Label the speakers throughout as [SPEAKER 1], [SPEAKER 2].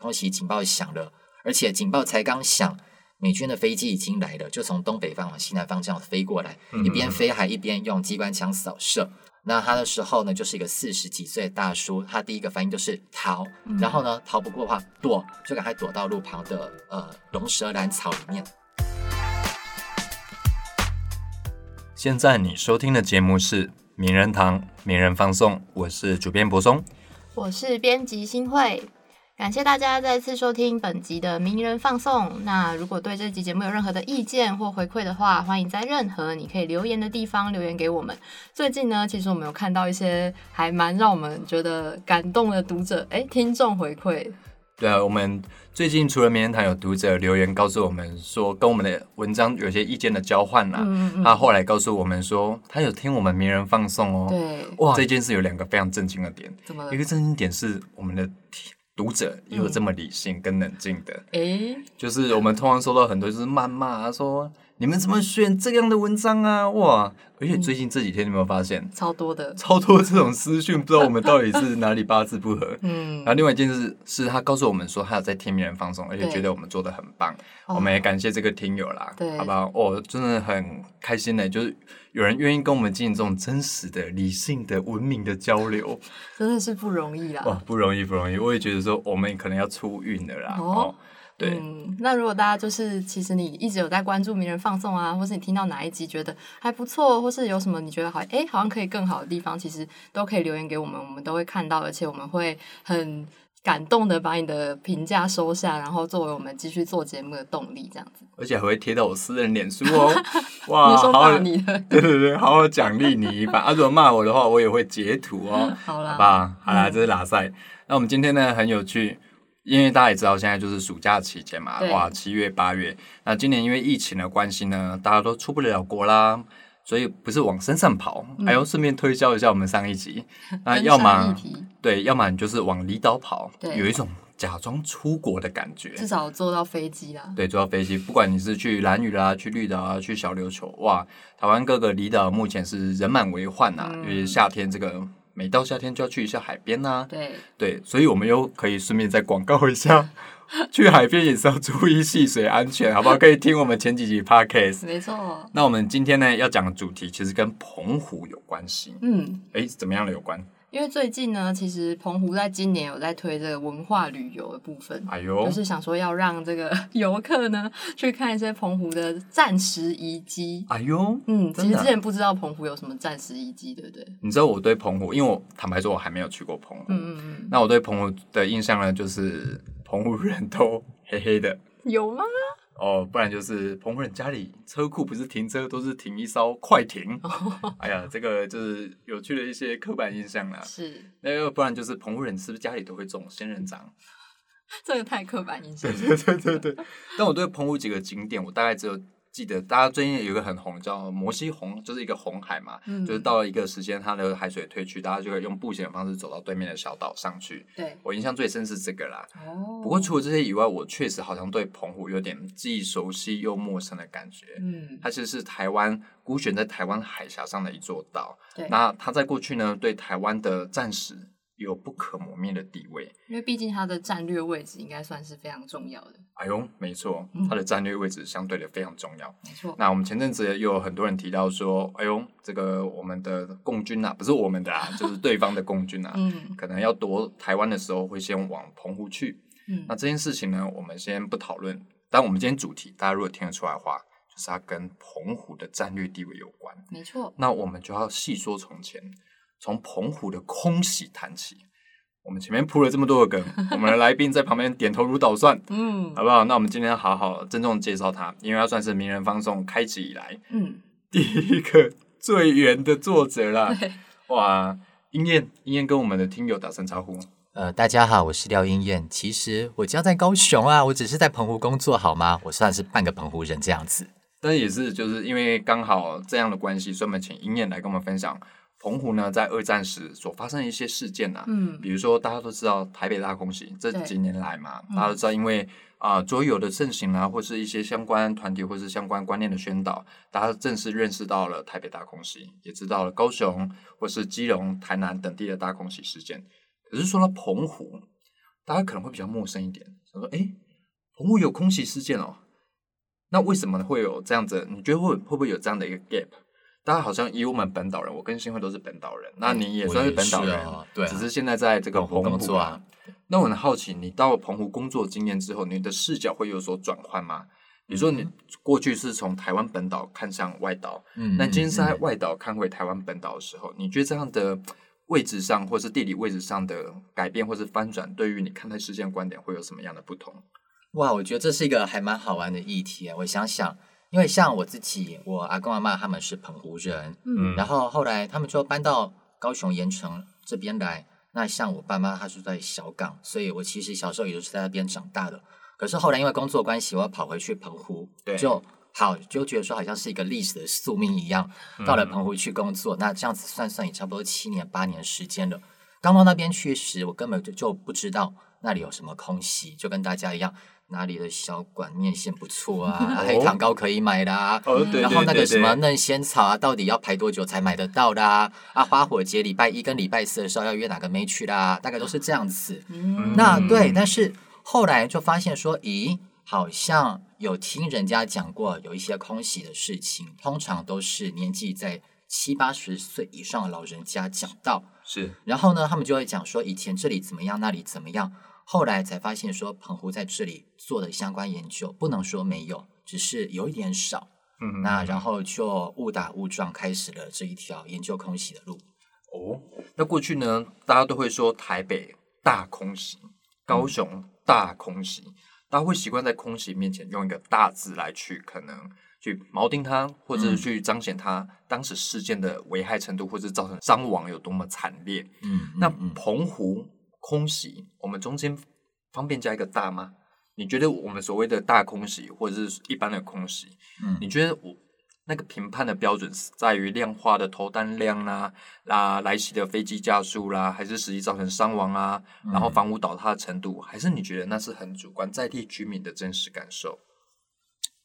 [SPEAKER 1] 然后其实警报响了，而且警报才刚响，美军的飞机已经来了，就从东北方往西南方向飞过来，
[SPEAKER 2] 嗯
[SPEAKER 1] 一边飞还一边用机关枪扫射。那他的时候呢，就是一个四十几岁的大叔，他第一个反应就是逃，然后呢逃不过的话躲，就赶快躲到路旁的呃龙舌兰草里面。
[SPEAKER 2] 嗯现在你收听的节目是《名人堂》，名人放送，我是主编柏松。
[SPEAKER 3] 我是编辑新慧，感谢大家再次收听本集的名人放送。那如果对这集节目有任何的意见或回馈的话，欢迎在任何你可以留言的地方留言给我们。最近呢，其实我们有看到一些还蛮让我们觉得感动的读者哎听众回馈，
[SPEAKER 2] 对啊，我们最近除了名人堂有读者留言告诉我们说，跟我们的文章有些意见的交换啦、
[SPEAKER 3] 嗯嗯
[SPEAKER 2] 他后来告诉我们说，他有听我们名人放送哦。
[SPEAKER 3] 对，
[SPEAKER 2] 哇，这件事有两个非常震惊的点，
[SPEAKER 3] 怎么了
[SPEAKER 2] 一个？震惊点是我们的读者也有这么理性跟冷静的，
[SPEAKER 3] 哎，
[SPEAKER 2] 就是我们通常收到很多就是谩骂啊，说你们怎么选这样的文章啊，哇！而且最近这几天你有没有发现，
[SPEAKER 3] 超多 的，
[SPEAKER 2] 超多这种私讯，不知道我们到底是哪里八字不合。
[SPEAKER 3] 嗯
[SPEAKER 2] 然，后另外一件事是他告诉我们说他有在听名人放送，而且
[SPEAKER 3] 对
[SPEAKER 2] 觉得我们做的很棒，
[SPEAKER 3] 哦
[SPEAKER 2] 我们也感谢这个听友啦，
[SPEAKER 3] 对
[SPEAKER 2] 好吧？哦，真的很开心呢，就是有人愿意跟我们进行这种真实的、理性的、文明的交流，
[SPEAKER 3] 真的是不容易啦。
[SPEAKER 2] 哇，不容易，不容易。我也觉得说我们可能要出运的啦，
[SPEAKER 3] 哦
[SPEAKER 2] 哦，对，
[SPEAKER 3] 嗯，那如果大家就是其实你一直有在关注名人放送啊，或是你听到哪一集觉得还不错，或是有什么你觉得好哎好像可以更好的地方，其实都可以留言给我们，我们都会看到，而且我们会很感动的把你的评价收下，然后作为我们继续做节目的动力，这样子。
[SPEAKER 2] 而且还会贴到我私人脸书 哦，哇，
[SPEAKER 3] 你
[SPEAKER 2] 好
[SPEAKER 3] 说
[SPEAKER 2] 好
[SPEAKER 3] 骂，你的，
[SPEAKER 2] 对对对，好好奖励你一把。啊，如果骂我的话，我也会截图哦。
[SPEAKER 3] 好啦嗯
[SPEAKER 2] 好吧，好啦，这是拉塞。那我们今天呢很有趣，因为大家也知道现在就是暑假期间嘛，
[SPEAKER 3] 对
[SPEAKER 2] 哇，七月八月，那今年因为疫情的关系呢，大家都出不了国啦。所以不是往山上跑，
[SPEAKER 3] 嗯
[SPEAKER 2] 还要顺便推销一下我们上一 集。那
[SPEAKER 3] 登
[SPEAKER 2] 要
[SPEAKER 3] 山议
[SPEAKER 2] 么
[SPEAKER 3] 题
[SPEAKER 2] 对，要么你就是往离岛跑，
[SPEAKER 3] 对
[SPEAKER 2] 有一种假装出国的感觉。
[SPEAKER 3] 至少坐到飞机啦。
[SPEAKER 2] 对，坐到飞机，不管你是去蓝屿啦、去绿岛啊、去小琉球，哇，台湾各个离岛目前是人满为患啊呐、
[SPEAKER 3] 嗯
[SPEAKER 2] 因为夏天这个每到夏天就要去一下海边啊呐、
[SPEAKER 3] 对，
[SPEAKER 2] 对，所以我们又可以顺便再广告一 下，去海边也是要注意戏水安全，好不好？可以听我们前几集 podcast。
[SPEAKER 3] 没错。
[SPEAKER 2] 那我们今天呢要讲的主题其实跟澎湖有关系，
[SPEAKER 3] 嗯，
[SPEAKER 2] 诶，怎么样的有关？
[SPEAKER 3] 因为最近呢，其实澎湖在今年有在推这个文化旅游的部分，
[SPEAKER 2] 哎呦
[SPEAKER 3] 就是想说要让这个 游客呢去看一些澎湖的暂时遗迹。
[SPEAKER 2] 哎呦，
[SPEAKER 3] 嗯，其
[SPEAKER 2] 真
[SPEAKER 3] 实
[SPEAKER 2] 的
[SPEAKER 3] 之前不知道澎湖有什么暂时遗迹，对不对？
[SPEAKER 2] 你知道我对澎湖，因为我坦白说我还没有去过澎湖，
[SPEAKER 3] 嗯嗯
[SPEAKER 2] 那我对澎湖的印象呢，就是澎湖人都黑黑的
[SPEAKER 3] 嗯，有吗？
[SPEAKER 2] 哦，不然就是澎湖人家里车库不是停车都是停一艘快艇。
[SPEAKER 3] 哦
[SPEAKER 2] 哎呀，这个就是有趣的一些刻板印象啦。
[SPEAKER 3] 是，
[SPEAKER 2] 那要不然就是澎湖人是不是家里都会种仙人掌？
[SPEAKER 3] 这个太刻板印象
[SPEAKER 2] 对
[SPEAKER 3] 了。
[SPEAKER 2] 对对对对。但我对澎湖几个景点，我大概只有记得，大家最近有一个很红叫摩西红，就是一个红海嘛，
[SPEAKER 3] 嗯
[SPEAKER 2] 就是到了一个时间，它的海水退去，大家就可以用步行的方式走到对面的小岛上去。
[SPEAKER 3] 对，
[SPEAKER 2] 我印象最深是这个啦。
[SPEAKER 3] 哦。
[SPEAKER 2] 不过除了这些以外，我确实好像对澎湖有点既熟悉又陌生的感觉。
[SPEAKER 3] 嗯，
[SPEAKER 2] 它其实是台湾孤悬在台湾海峡上的一座岛。
[SPEAKER 3] 对，
[SPEAKER 2] 那它在过去呢，对台湾的战史有不可磨灭的地位。
[SPEAKER 3] 因为毕竟它的战略位置应该算是非常重要的，
[SPEAKER 2] 哎呦，没错，它的战略位置相对的非常重要。
[SPEAKER 3] 没错。
[SPEAKER 2] 那我们前阵子也有很多人提到说，哎呦，这个我们的共军啊，不是我们的啊，就是对方的共军啊，
[SPEAKER 3] 嗯
[SPEAKER 2] 可能要夺台湾的时候会先往澎湖去。
[SPEAKER 3] 嗯
[SPEAKER 2] 那，这件事情呢，我们先不讨论。但我们今天主题，大家如果听得出来的话，就是它跟澎湖的战略地位有关。
[SPEAKER 3] 没错。
[SPEAKER 2] 那我们就要细说从前，从澎湖的空袭谈起。我们前面铺了这么多的梗，我们的来宾在旁边点头如捣蒜，
[SPEAKER 3] 嗯
[SPEAKER 2] 好不好？那我们今天好好郑重介绍他，因为他算是名人放送开启以来
[SPEAKER 3] 嗯，
[SPEAKER 2] 第一个最圆的作者啦。
[SPEAKER 3] 对，
[SPEAKER 2] 哇，英燕，英燕跟我们的听友打声招呼。
[SPEAKER 1] 呃，大家好，我是廖英燕。其实我家在高雄啊，我只是在澎湖工作好吗？我算是半个澎湖人这样子。
[SPEAKER 2] 但也是就是因为刚好这样的关系，所以我们请鹰燕来跟我们分享澎湖呢在二战时所发生的一些事件啊。
[SPEAKER 3] 嗯
[SPEAKER 2] 比如说大家都知道台北大空袭，这
[SPEAKER 3] 对
[SPEAKER 2] 几年来嘛，
[SPEAKER 3] 嗯
[SPEAKER 2] 大家都知道因为啊、桌游的盛行啊，或是一些相关团体或是相关观念的宣导，大家正式认识到了台北大空袭，也知道了高雄或是基隆、台南等地的大空袭事件。可是说到澎湖，大家可能会比较陌生一点，想说，哎，澎湖有空袭事件哦，那为什么会有这样子？你觉得会会不会有这样的一个 gap？大家好像以我们本岛人，我跟新会都是本岛人，那你也
[SPEAKER 1] 我
[SPEAKER 2] 算
[SPEAKER 1] 也
[SPEAKER 2] 是本岛
[SPEAKER 1] 是
[SPEAKER 2] 人，
[SPEAKER 1] 啊对啊
[SPEAKER 2] 只是现在在这个
[SPEAKER 1] 澎湖
[SPEAKER 2] 澎
[SPEAKER 1] 工
[SPEAKER 2] 湖
[SPEAKER 1] 作啊。
[SPEAKER 2] 那我很好奇，你到澎湖工作经验之后，你的视角会有所转换吗？比如说，你过去是从台湾本岛看向外岛，
[SPEAKER 1] 嗯
[SPEAKER 2] 那今天是
[SPEAKER 1] 嗯
[SPEAKER 2] 在外岛看回台湾本岛的时候，你觉得这样的位置上，或是地理位置上的改变，或是翻转，对于你看待事件观点会有什么样的不同？
[SPEAKER 1] 哇，我觉得这是一个还蛮好玩的议题啊。我想想，因为像我自己，我阿公阿妈他们是澎湖人，
[SPEAKER 3] 嗯
[SPEAKER 1] 然后后来他们就搬到高雄盐城这边来。那像我爸妈，他住在小港，所以我其实小时候也就是在那边长大的。可是后来因为工作关系，我要跑回去澎湖，
[SPEAKER 2] 对
[SPEAKER 1] 就好就觉得说好像是一个历史的宿命一样，到了澎湖去工作。那这样子算算也差不多七年八年时间了。刚到那边去时，我根本就就不知道那里有什么空袭，就跟大家一样，哪里的小馆面线不错啊，黑糖糕可以买的啊，
[SPEAKER 2] 哦
[SPEAKER 3] 对
[SPEAKER 1] 然后那个什么嫩仙草啊，到底要排多久才买得到的啊？啊，花火节礼拜一跟礼拜四的时候要约哪个妹去啦、大概都是这样子。
[SPEAKER 3] 嗯
[SPEAKER 1] 那对，但是后来就发现说，咦，好像有听人家讲过有一些空袭的事情，通常都是年纪在七八十岁以上的老人家讲到，
[SPEAKER 2] 是
[SPEAKER 1] 然后呢，他们就会讲说以前这里怎么样，那里怎么样。后来才发现说，澎湖在这里做的相关研究，不能说没有，只是有一点少。
[SPEAKER 2] 嗯
[SPEAKER 1] 那然后就误打误撞开始了这一条研究空袭的路。
[SPEAKER 2] 哦，那过去呢，大家都会说台北大空袭，高雄大空袭，大家会习惯在空袭面前用一个“大”字来去可能去锚定它，或者是去彰显它当时事件的危害程度，或者造成伤亡有多么惨烈。
[SPEAKER 1] 嗯
[SPEAKER 2] 那澎湖空袭，我们中间方便加一个“大”吗？你觉得我们所谓的大空袭，或者是一般的空袭，
[SPEAKER 1] 嗯
[SPEAKER 2] 你觉得我那个评判的标准是在于量化的投弹量啦、啊、来袭的飞机架数啦、还是实际造成伤亡啊，然后房屋倒塌的程度，还是你觉得那是很主观在地居民的真实感受？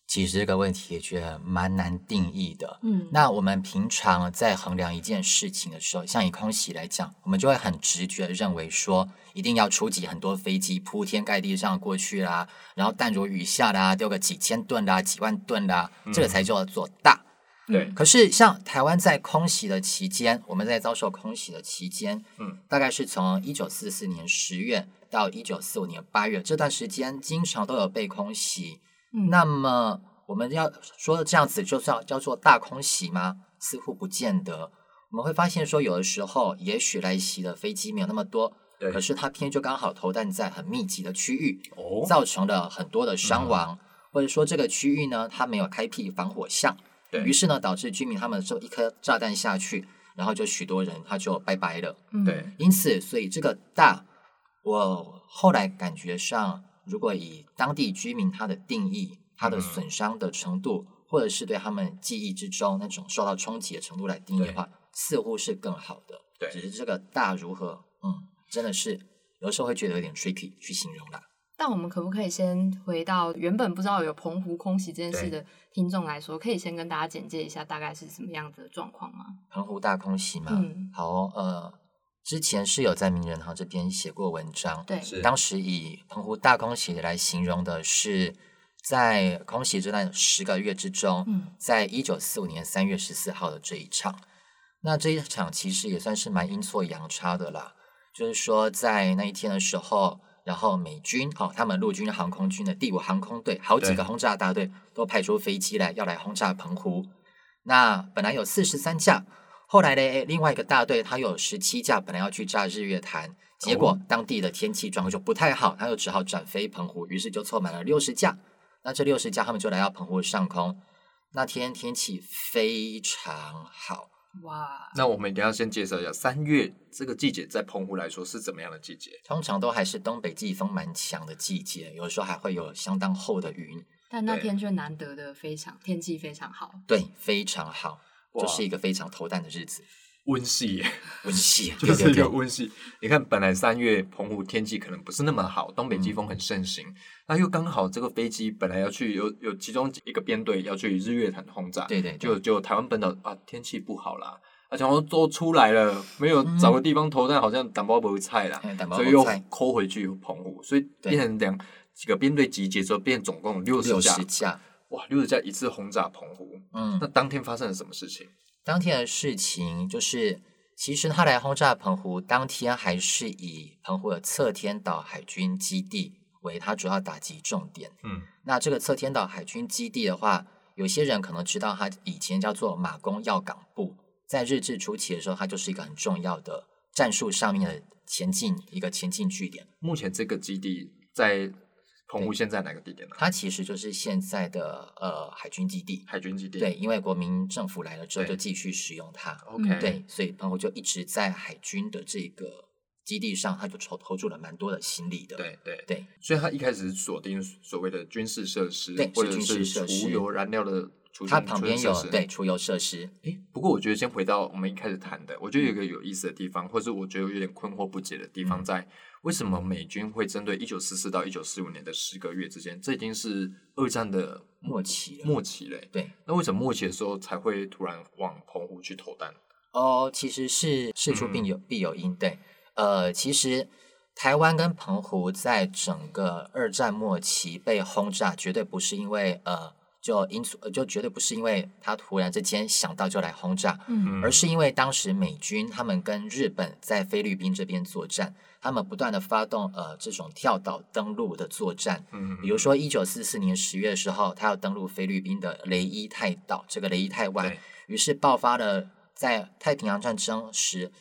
[SPEAKER 1] 其实这个问题也觉得蛮难定义的。
[SPEAKER 3] 嗯
[SPEAKER 1] 那我们平常在衡量一件事情的时候，像以空袭来讲，我们就会很直觉地认为说，一定要出击很多飞机铺天盖地这样过去啦，然后弹如雨下啦，丢个几千吨啦、几万吨啦，这个才叫做大。
[SPEAKER 3] 嗯
[SPEAKER 2] 对，
[SPEAKER 1] 可是，像台湾在空袭的期间，我们在遭受空袭的期间，
[SPEAKER 2] 嗯，
[SPEAKER 1] 大概是从一九四四年十月到一九四五年八月这段时间，经常都有被空袭。
[SPEAKER 3] 嗯
[SPEAKER 1] 那么，我们要说这样子就算叫做大空袭吗？似乎不见得。我们会发现说，有的时候也许来袭的飞机没有那么多，
[SPEAKER 2] 对
[SPEAKER 1] 可是它偏就刚好投弹在很密集的区域，
[SPEAKER 2] 哦嗯
[SPEAKER 1] 造成了很多的伤亡，或者说这个区域呢，它没有开辟防火巷。
[SPEAKER 2] 对
[SPEAKER 1] 于是呢，导致居民他们就一颗炸弹下去，然后就许多人他就拜拜了。
[SPEAKER 3] 嗯
[SPEAKER 2] 对，
[SPEAKER 1] 因此，所以这个大，我后来感觉上，如果以当地居民他的定义、他
[SPEAKER 3] 嗯
[SPEAKER 1] 的损伤的程度，或者是对他们记忆之中那种受到冲击的程度来定义的话，似乎是更好的。
[SPEAKER 2] 对
[SPEAKER 1] 只是这个大如何，嗯，真的是有时候会觉得有点 tricky 去形容啦。
[SPEAKER 3] 但我们可不可以先回到原本不知道有澎湖空袭这件事的听众来说，可以先跟大家简介一下大概是什么样子的状况吗？
[SPEAKER 1] 澎湖大空袭嘛，
[SPEAKER 3] 嗯
[SPEAKER 1] 好哦、呃，之前是有在名人堂这边写过文章，
[SPEAKER 3] 对，
[SPEAKER 2] 是
[SPEAKER 1] 当时以澎湖大空袭来形容的是，在空袭这段十个月之中，
[SPEAKER 3] 嗯
[SPEAKER 1] 在一九四五年三月十四号的这一场，那这一场其实也算是蛮阴错阳差的啦。就是说，在那一天的时候，然后美军哦，他们陆军航空军的第五航空队好几
[SPEAKER 2] 对
[SPEAKER 1] 个轰炸大队都派出飞机来要来轰炸澎湖。那本来有四十三架，后来呢，另外一个大队它有十七架，本来要去炸日月潭，结
[SPEAKER 2] 哦
[SPEAKER 1] 果当地的天气状况就不太好，它就只好转飞澎湖，于是就凑满了六十架。那这六十架他们就来到澎湖上空，那天天气非常好，
[SPEAKER 3] 哇，
[SPEAKER 2] 那我们一定要先介绍一下三月这个季节，在澎湖来说是怎么样的季节？
[SPEAKER 1] 通常都还是东北季风蛮强的季节，有时候还会有相当厚的云，
[SPEAKER 3] 但那
[SPEAKER 2] 对
[SPEAKER 3] 天却难得的非常天气非常好，
[SPEAKER 1] 对，非常好，
[SPEAKER 2] 哇
[SPEAKER 1] 这是一个非常投弹的日子，
[SPEAKER 2] 温系耶，
[SPEAKER 1] 温馨，
[SPEAKER 2] 就
[SPEAKER 1] 对
[SPEAKER 2] 是一
[SPEAKER 1] 对对
[SPEAKER 2] 个温系。你看，本来三月澎湖天气可能不是那么好，东北季风很盛行，
[SPEAKER 1] 嗯
[SPEAKER 2] 那又刚好这个飞机本来要去有有其中一个编队要去日月潭轰炸，
[SPEAKER 1] 对对对
[SPEAKER 2] 就就台湾本岛啊天气不好啦，啊，想说都出来了，没有
[SPEAKER 1] 嗯
[SPEAKER 2] 找个地方投，但好像打包不菜啦，
[SPEAKER 1] 哎，蛋包
[SPEAKER 2] 所以又
[SPEAKER 1] 菠菜
[SPEAKER 2] 抠回去澎湖，所以
[SPEAKER 1] 对
[SPEAKER 2] 变成两几个编队集结之后，变总共六十
[SPEAKER 1] 六
[SPEAKER 2] 架
[SPEAKER 1] 十，架，
[SPEAKER 2] 哇，六十架一次轰炸澎湖。
[SPEAKER 1] 嗯
[SPEAKER 2] 那，当天发生了什么事情？
[SPEAKER 1] 当天的事情就是，其实他来轰炸澎湖，当天还是以澎湖的侧天岛海军基地为他主要打击重点。
[SPEAKER 2] 嗯，
[SPEAKER 1] 那这个侧天岛海军基地的话，有些人可能知道，它以前叫做马公药港部，在日治初期的时候，它就是一个很重要的战术上面的前进一个前进据点。
[SPEAKER 2] 目前这个基地在澎湖
[SPEAKER 1] 对
[SPEAKER 2] 现在哪个地点呢、
[SPEAKER 1] 它其实就是现在的呃海军基地。
[SPEAKER 2] 海军基地。
[SPEAKER 1] 对，因为国民政府来了之后，
[SPEAKER 2] 对
[SPEAKER 1] 就继续使用它。
[SPEAKER 2] ，OK，
[SPEAKER 1] 嗯对，所以澎湖就一直在海军的这个基地上，他就投投注了蛮多的心力的。
[SPEAKER 2] 对对
[SPEAKER 1] 对
[SPEAKER 2] 所以他一开始是锁定所谓的军事设施
[SPEAKER 1] 对，
[SPEAKER 2] 或者
[SPEAKER 1] 是军事
[SPEAKER 2] 是
[SPEAKER 1] 设
[SPEAKER 2] 储
[SPEAKER 1] 施
[SPEAKER 2] 油燃料的储存
[SPEAKER 1] 它旁边有
[SPEAKER 2] 储存设施
[SPEAKER 1] 对出油设施，
[SPEAKER 2] 诶，不过我觉得先回到我们一开始谈的，我觉得有
[SPEAKER 1] 嗯
[SPEAKER 2] 一个有意思的地方，或是我觉得有点困惑不解的地方在，为什么美军会针对一九四四到一九四五年的十个月之间，这已经是二战的
[SPEAKER 1] 末期了
[SPEAKER 2] 末期嘞、
[SPEAKER 1] 对
[SPEAKER 2] 那为什么末期的时候才会突然往澎湖去投弹？
[SPEAKER 1] 哦，其实是事出
[SPEAKER 2] 嗯
[SPEAKER 1] 必有必有因，对，呃，其实台湾跟澎湖在整个二战末期被轰炸，绝对不是因为呃。就因素呃就绝对不是因为他突然之间想到就来轰炸，
[SPEAKER 3] 嗯
[SPEAKER 1] 而是因为当时美军他们跟日本在菲律宾这边作战，他们不断的发动呃这种跳岛登陆的作战。
[SPEAKER 2] 嗯
[SPEAKER 1] 比如说，一九四四年十月的时候，他要登陆菲律宾的雷伊泰岛，这个雷伊泰湾
[SPEAKER 2] 对，
[SPEAKER 1] 于是爆发了在太平洋战争时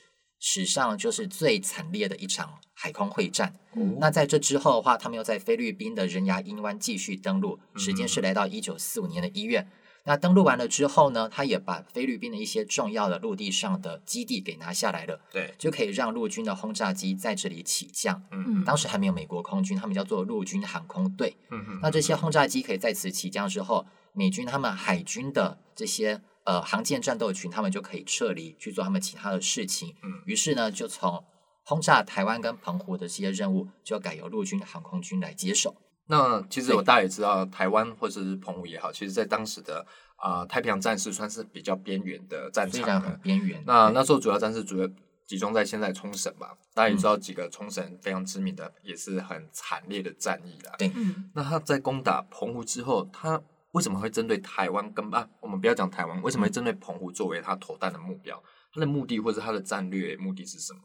[SPEAKER 1] 史上就是最惨烈的一场海空会战。
[SPEAKER 3] 嗯
[SPEAKER 1] 那在这之后的话，他们又在菲律宾的人牙鹰湾继续登陆，时间是来到一九四五年的一月。那登陆完了之后呢，他也把菲律宾的一些重要的陆地上的基地给拿下来了，
[SPEAKER 2] 对，
[SPEAKER 1] 就可以让陆军的轰炸机在这里起降。
[SPEAKER 3] 嗯
[SPEAKER 1] 当时还没有美国空军，他们叫做陆军航空队。
[SPEAKER 2] 嗯嗯
[SPEAKER 1] 那这些轰炸机可以在此起降之后，美军他们海军的这些呃航舰战斗群，他们就可以撤离去做他们其他的事情。
[SPEAKER 2] 嗯
[SPEAKER 1] 于是呢，就从轰炸台湾跟澎湖的这些任务，就改由陆军航空军来接手。
[SPEAKER 2] 那其实我
[SPEAKER 1] 对
[SPEAKER 2] 大概也知道，台湾或者是澎湖也好，其实在当时的啊、太平洋战事算是比较边缘的战
[SPEAKER 1] 虽
[SPEAKER 2] 场
[SPEAKER 1] 然
[SPEAKER 2] 了
[SPEAKER 1] 很。边缘，
[SPEAKER 2] 那
[SPEAKER 1] 对
[SPEAKER 2] 那时候主要战事主要集中在现在冲绳吧，大
[SPEAKER 1] 嗯
[SPEAKER 2] 家也知道几个冲绳非常知名的，也是很惨烈的战役啦。
[SPEAKER 1] 对
[SPEAKER 3] 嗯
[SPEAKER 2] 那他在攻打澎湖之后，他为什么会针对台湾跟啊？我们不要讲台湾，为什
[SPEAKER 1] 嗯
[SPEAKER 2] 么会针对澎湖作为他投弹的目标？他的目的或者他的战略目的是什么？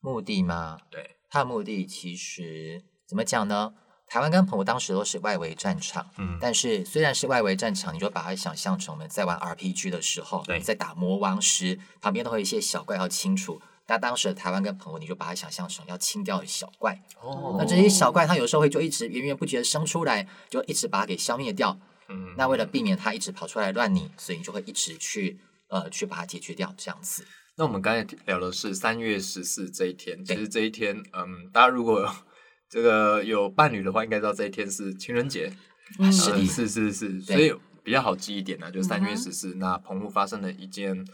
[SPEAKER 1] 目的嘛，
[SPEAKER 2] 对，
[SPEAKER 1] 它的目的其实怎么讲呢？台湾跟澎湖当时都是外围战场，
[SPEAKER 2] 嗯
[SPEAKER 1] 但是虽然是外围战场，你就把它想象成我们在玩 RPG 的时候，
[SPEAKER 2] 对
[SPEAKER 1] 你在打魔王时，旁边都会有一些小怪要清除。那当时的台湾跟澎湖，你就把它想象成要清掉的小怪。
[SPEAKER 2] 哦
[SPEAKER 1] 那这些小怪，它有时候会就一直源源不绝地生出来，就一直把它给消灭掉。
[SPEAKER 2] 嗯
[SPEAKER 1] 那为了避免它一直跑出来乱你，所以你就会一直去呃去把它解决掉，这样子。
[SPEAKER 2] 那我们刚才聊的是三月十四这一天，其
[SPEAKER 1] 对
[SPEAKER 2] 实这一天，嗯，大家如果有这个有伴侣的话，应该知道这一天是情人节，
[SPEAKER 3] 嗯
[SPEAKER 1] 是
[SPEAKER 2] 呃
[SPEAKER 1] 的
[SPEAKER 2] 是是是，所
[SPEAKER 1] 对
[SPEAKER 2] 以比较好记一点呢，啊就三月
[SPEAKER 3] 嗯哼
[SPEAKER 2] 十四、那澎湖发生了一件